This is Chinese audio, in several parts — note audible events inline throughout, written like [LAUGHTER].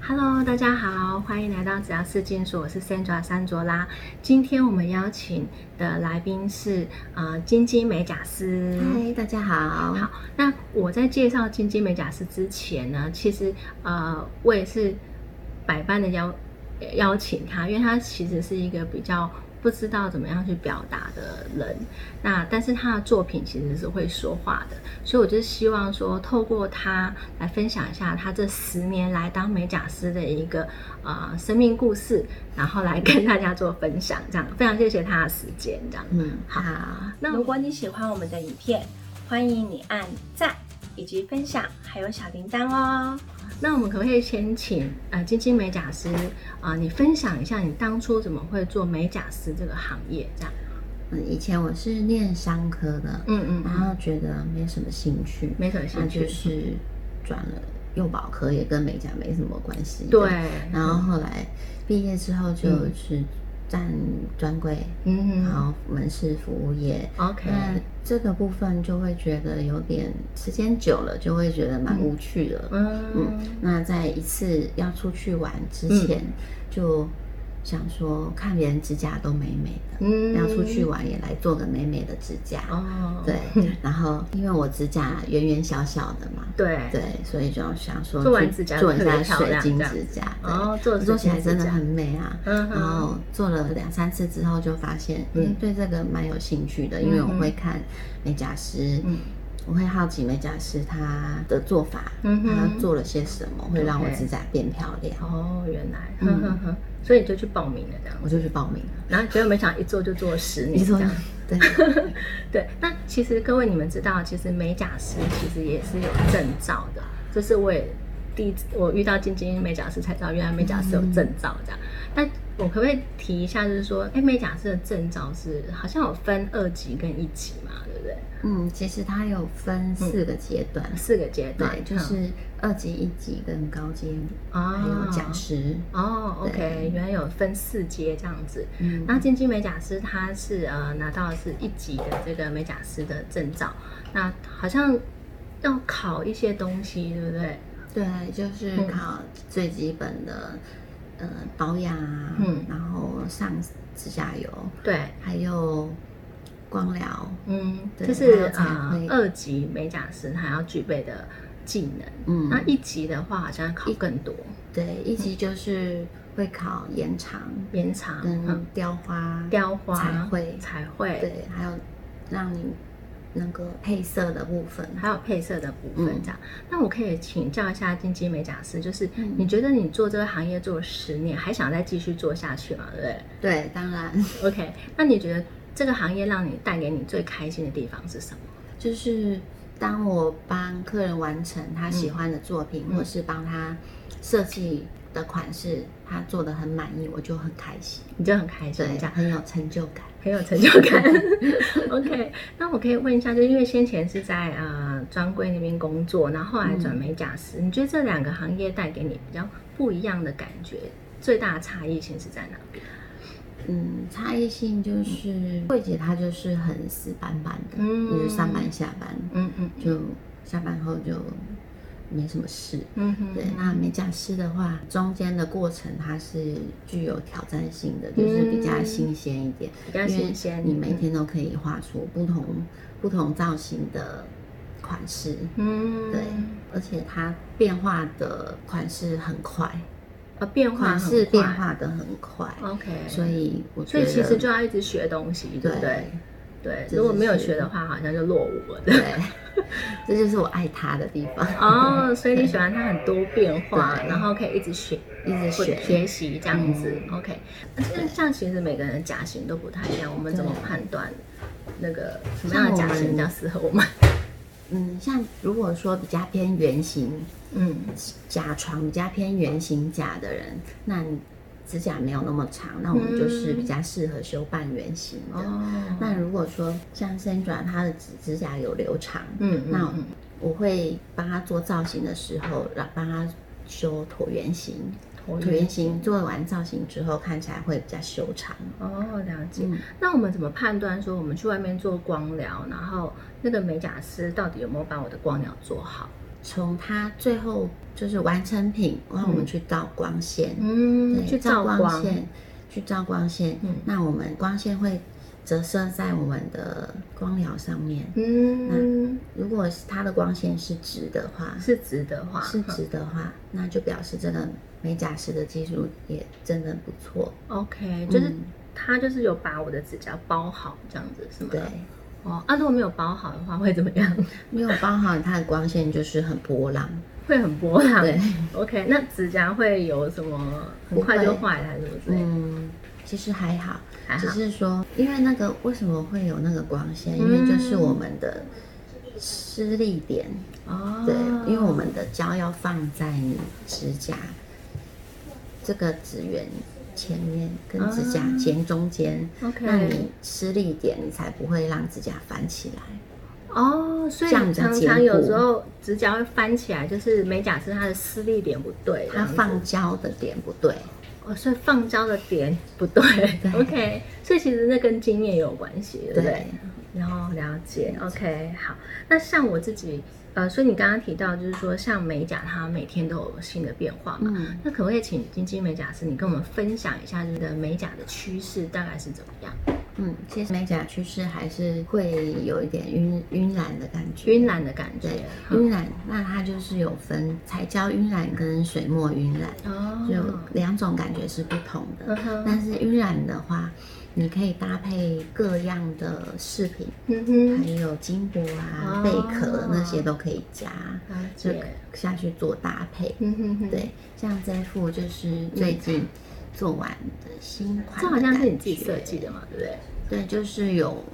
Hello，大家好，欢迎来到只要是金属，我是 Sandra 三卓拉。今天我们邀请的来宾是呃金鸡美甲师。嗨，大家好。好，那我在介绍金鸡美甲师之前呢，其实呃我也是百般的邀呃邀请他，因为他其实是一个比较不知道怎么样去表达的人。那但是他的作品其实是会说话的，所以我就希望说，透过他来分享一下他这十年来当美甲师的一个呃生命故事，然后来跟大家做分享，这样非常谢谢他的时间，这样。嗯，好好，那如果你喜欢我们的影片，欢迎你按赞以及分享，还有小铃铛哦。那我们可不可以先请呃晶晶美甲师啊、呃你分享一下你当初怎么会做美甲师这个行业？这样，嗯，以前我是念商科的，嗯然后觉得没什么兴趣，没什么兴趣那就是转了幼保科，也跟美甲没什么关系。对，然后后来毕业之后就是站专柜，嗯然好后门市服务业。 ，OK，那这个部分就会觉得有点时间久了，就会觉得蛮无趣的。嗯嗯，那在一次要出去玩之前，就想说看别人指甲都美美的，嗯要出去玩也来做个美美的指甲。哦，对，然后因为我指甲圆圆小小的嘛，对对，所以就想说做完去指甲做一特别下漂水亮晶这样指甲，对哦做水做起晶来指真的甲很美啊。嗯哼然后做了两三次之后，就发现嗯嗯对这个蛮有兴趣的，因为嗯我哼会看美甲师，嗯我会好奇美甲师他的做法，嗯哼他做了些什么会让我 OK 指甲变漂亮，哦，原来，嗯哼哼哼，所以你就去报名了这样我，就去报名了。然后结果没想到一做就做了十年，你说这样。 [LAUGHS] 对，对，那其实各位你们知道，其实美甲师其实也是有证照的，这是我也第一次我遇到晶晶美甲师才知道，原来美甲师有嗯证照这样。那我可不可以提一下，就是说，哎，美甲师的证照是好像有分二级跟一级嘛，对不对？嗯，其实它有分四个阶段，四个阶段嗯对，就是二级、一级跟高阶，啊还有讲师。哦，OK，对原来有分四阶这样子。嗯那金鸡美甲师他是呃拿到的是一级的这个美甲师的证照，那好像要考一些东西，对不对？对，就是嗯考最基本的，呃，保养啊，嗯然后上指甲油，对，还有光疗，嗯，对这是他才呃会二级美甲师他要具备的技能。嗯那一级的话好像考更多，对，以及就是会考延长延长、跟嗯、雕花、雕花、彩绘，彩绘，对，还有让你那个配色的部分，还有配色的部分嗯这样。那我可以请教一下金鸡美甲师，就是嗯你觉得你做这个行业做了十年，还想再继续做下去吗？对不对对，当然？OK，那你觉得这个行业让你带给你最开心的地方是什么？就是当我帮客人完成他喜欢的作品，嗯或是帮他设计的款式，他做的很满意，我就很开心。你就很开心对这样，。很有成就感。很有成就感。OK，那我可以问一下，就因为先前是在呃专柜那边工作，然后后来转美甲师，你觉得这两个行业带给你比较不一样的感觉，最大的差异性是在哪边？嗯，差异性就是慧姐她就是很死板板的，嗯就是上班下班，嗯嗯就下班后就没什么事。嗯哼对，那美甲师的话，中间的过程它是具有挑战性嗯的，就是比较新鲜一点，比较新鲜因为你每天都可以画出不同、不同造型的款式，嗯，对，而且它变化的款式很快，呃，变化款很式变快哦化的很快， ，OK，所以我嗯所以觉得其实就要一直学东西，对不对对？对，这如果就没有是学的话，好像就落伍了。对，这就是我爱他的地方，哦，所以你喜欢它很多变化，对然后可以一直学，一直嗯或者学学习这样子。OK，那像像其实每个人的甲型都不太一样，我们怎么判断那个什么样的甲型比较适合我 [LAUGHS] 们？嗯，像如果说比较偏圆形。嗯，甲床比较偏圆形甲的人，那你指甲没有那么长，那我们就是比较适合修半圆形的。嗯哦，那如果说像 Sandra 她的指指甲有留长，嗯嗯那嗯我会帮她做造型的时候，让帮她修椭圆形。椭圆椭圆形做完造型之后，看起来会比较修长。哦，了解。嗯那我们怎么判断说我们去外面做光疗，然后那个美甲师到底有没有把我的光疗做好？从它最后就是完成品，然后我们去照光线，嗯，对，去照照光，线，去照光线。嗯那我们光线会折射在我们的光疗上面。嗯，如果是它的光线是直的话，是直的话，是直的话，那就表示这个美甲师的技术也真的不错。 OK，就是嗯他就是有把我的指甲包好这样子是吗？对，哦，啊，如果没有包好的话会怎么样？ [LAUGHS] 没有包好它的光线就是很波浪。会很波浪。 [LAUGHS] 对， OK，那指甲会有什么很快就坏了还是什么之类的？嗯，其实还好，还只好，是说，因为那个为什么会有那个光线？因为就是我们的施力点，哦，对，因为我们的胶要放在你指甲这个指缘前面跟指甲尖中间。啊 OK，那你施力点，你才不会让指甲翻起来。哦，所以这样比较常坚常固有时候指甲会翻起来，就是美甲师它的施力点不对，这它样子放胶的点不对，哦，所以放胶的点不对。对 OK，所以其实那跟经验也有关系，对不对？对然后哦了解，OK，好。那像我自己，呃，所以你刚刚提到，就是说像美甲，它每天都有新的变化嘛。嗯，那可不可以请金金美甲师，你跟我们分享一下，你的美甲的趋势大概是怎么样？嗯，其实美甲趋势还是会有一点晕晕染的感觉。晕染的感觉对，，嗯晕染，那它就是有分彩胶晕染跟水墨晕染，哦，就两种感觉是不同嗯的。哼，但是晕染的话，你可以搭配各样的饰品，嗯哼，还有金箔啊哦、贝壳那些都可以加，了就解，下去做搭配。嗯哼哼，，对，像这副就是最近做完的新款的这好像是你感自己设觉计的嘛，对不对？对，就是有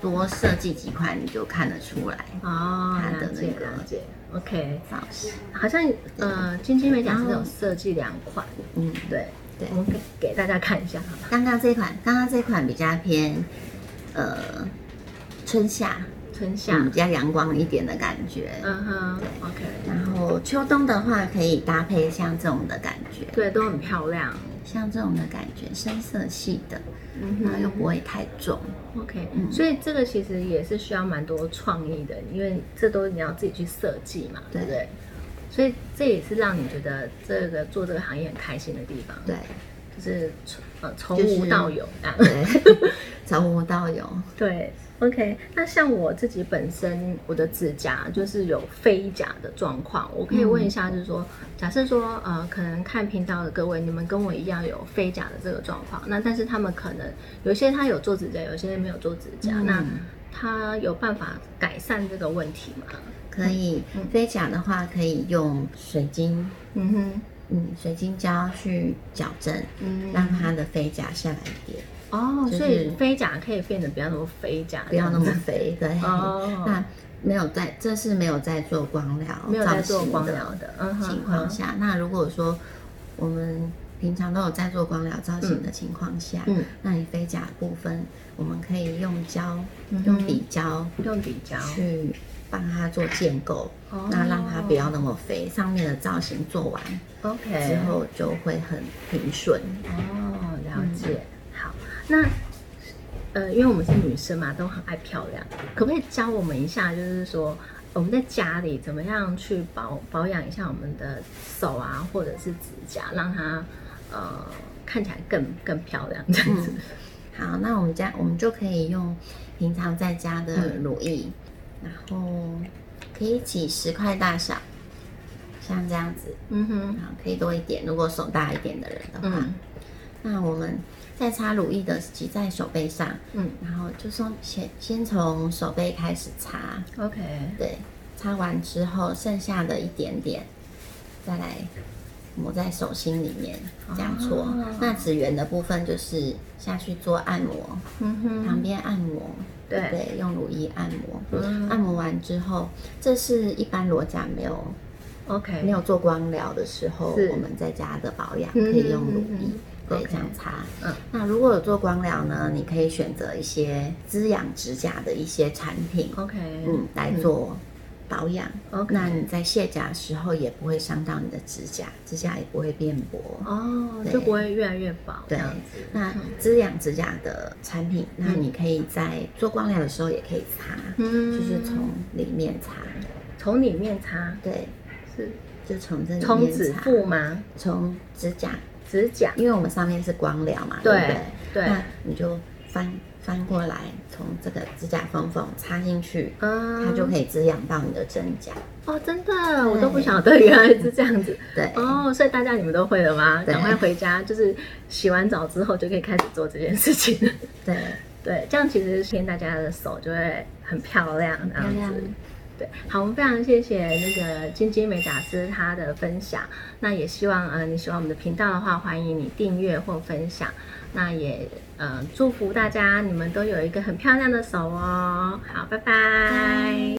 多设计几款，你就看得出来哦，它的了解那个了解，OK。造型。好像呃，金金美甲是有设计两款，嗯，对，对我们给给大家看一下好吗？刚刚这款，刚刚这款比较偏呃春夏，春夏，嗯，比较阳光一点的感觉。嗯哼对，OK，然后秋冬的话，可以搭配像这种的感觉，对，都很漂亮，像这种的感觉，深色系的，嗯然后又不会太重。哼，OK，嗯所以这个其实也是需要蛮多创意的，因为这都你要自己去设计嘛，对对不对？所以这也是让你觉得这个做这个行业很开心的地方，， [LAUGHS] 对就是从呃从就是无到有这样。对，从无到有。对，OK。那像我自己本身，我的指甲就是有飞甲的状况，我可以问一下，就是说，嗯假设说，呃，可能看频道的各位，你们跟我一样有飞甲的这个状况，那但是他们可能有些他有做指甲，有些没有做指甲，那嗯他有办法改善这个问题吗？可以嗯，飞甲的话可以用水晶，嗯哼，嗯，水晶胶去矫正，嗯，让它的飞甲下来一点，哦，就是所以飞甲可以变得不要那么飞甲，不要那么飞。对，哦那没有在，这是没有在做光疗，没有在做光造疗型的嗯的哼情况下。那如果说我们平常都有在做光疗造型的情况下，嗯，那你飞甲部分，我们可以用胶嗯，哼用笔胶用比较，去帮它做建构，哦那让它不要那么飞，上面的造型做完。 OK 之后就会很平顺。哦，了解。好，那呃，因为我们是女生嘛，都很爱漂亮，可不可以教我们一下，就是说我们在家里怎么样去保保养一下我们的手啊，或者是指甲，让它呃看起来更更漂亮这样子。好，那我们家我们就可以用平常在家的嗯乳液，然后可以挤十块大小，像这样子，嗯啊哼，，可以多一点。如果手大一点的人的话，嗯那我们在擦乳液的挤在手背上，嗯然后就从先先从手背开始擦， ，OK，对，擦完之后剩下的一点点，再来抹在手心里面，这样搓。哦那指缘的部分就是下去做按摩，嗯旁哼，边按摩，对对，用乳液按摩。嗯按摩完之后，这是一般裸甲没有没，OK，有做光疗的时候，是我们在家的保养可嗯以用乳嗯液嗯，对， OK 这样擦。嗯那如果有做光疗呢，你可以选择一些滋养指甲的一些产品， ，OK，嗯，来做保养。哦 OK 那你在卸甲的时候也不会伤到你的指甲，指甲也不会变薄。哦，对就不会越来越薄这对样子。，嗯那滋养指甲的产品，那你可以在做光疗的时候也可以擦，嗯就是从里面擦。从里面擦对，是就从这里面冲指擦腹吗？从指甲，指甲因为我们上面是光疗嘛，对对不对？对，那你就翻翻过来，从这个指甲缝缝插进去，嗯它就可以滋养到你的指甲。哦，真的，我都不晓得原来是这样子对，哦，所以大家你们都会了吗？对赶快回家，就是洗完澡之后就可以开始做这件事情。对， [LAUGHS] 对，这样其实骗大家的手就会很漂亮，这漂样亮子。对，好，我们非常谢谢那个金金美甲师她的分享。那也希望呃你喜欢我们的频道的话，欢迎你订阅或分享。那也呃祝福大家，你们都有一个很漂亮的手哦。好，拜拜。拜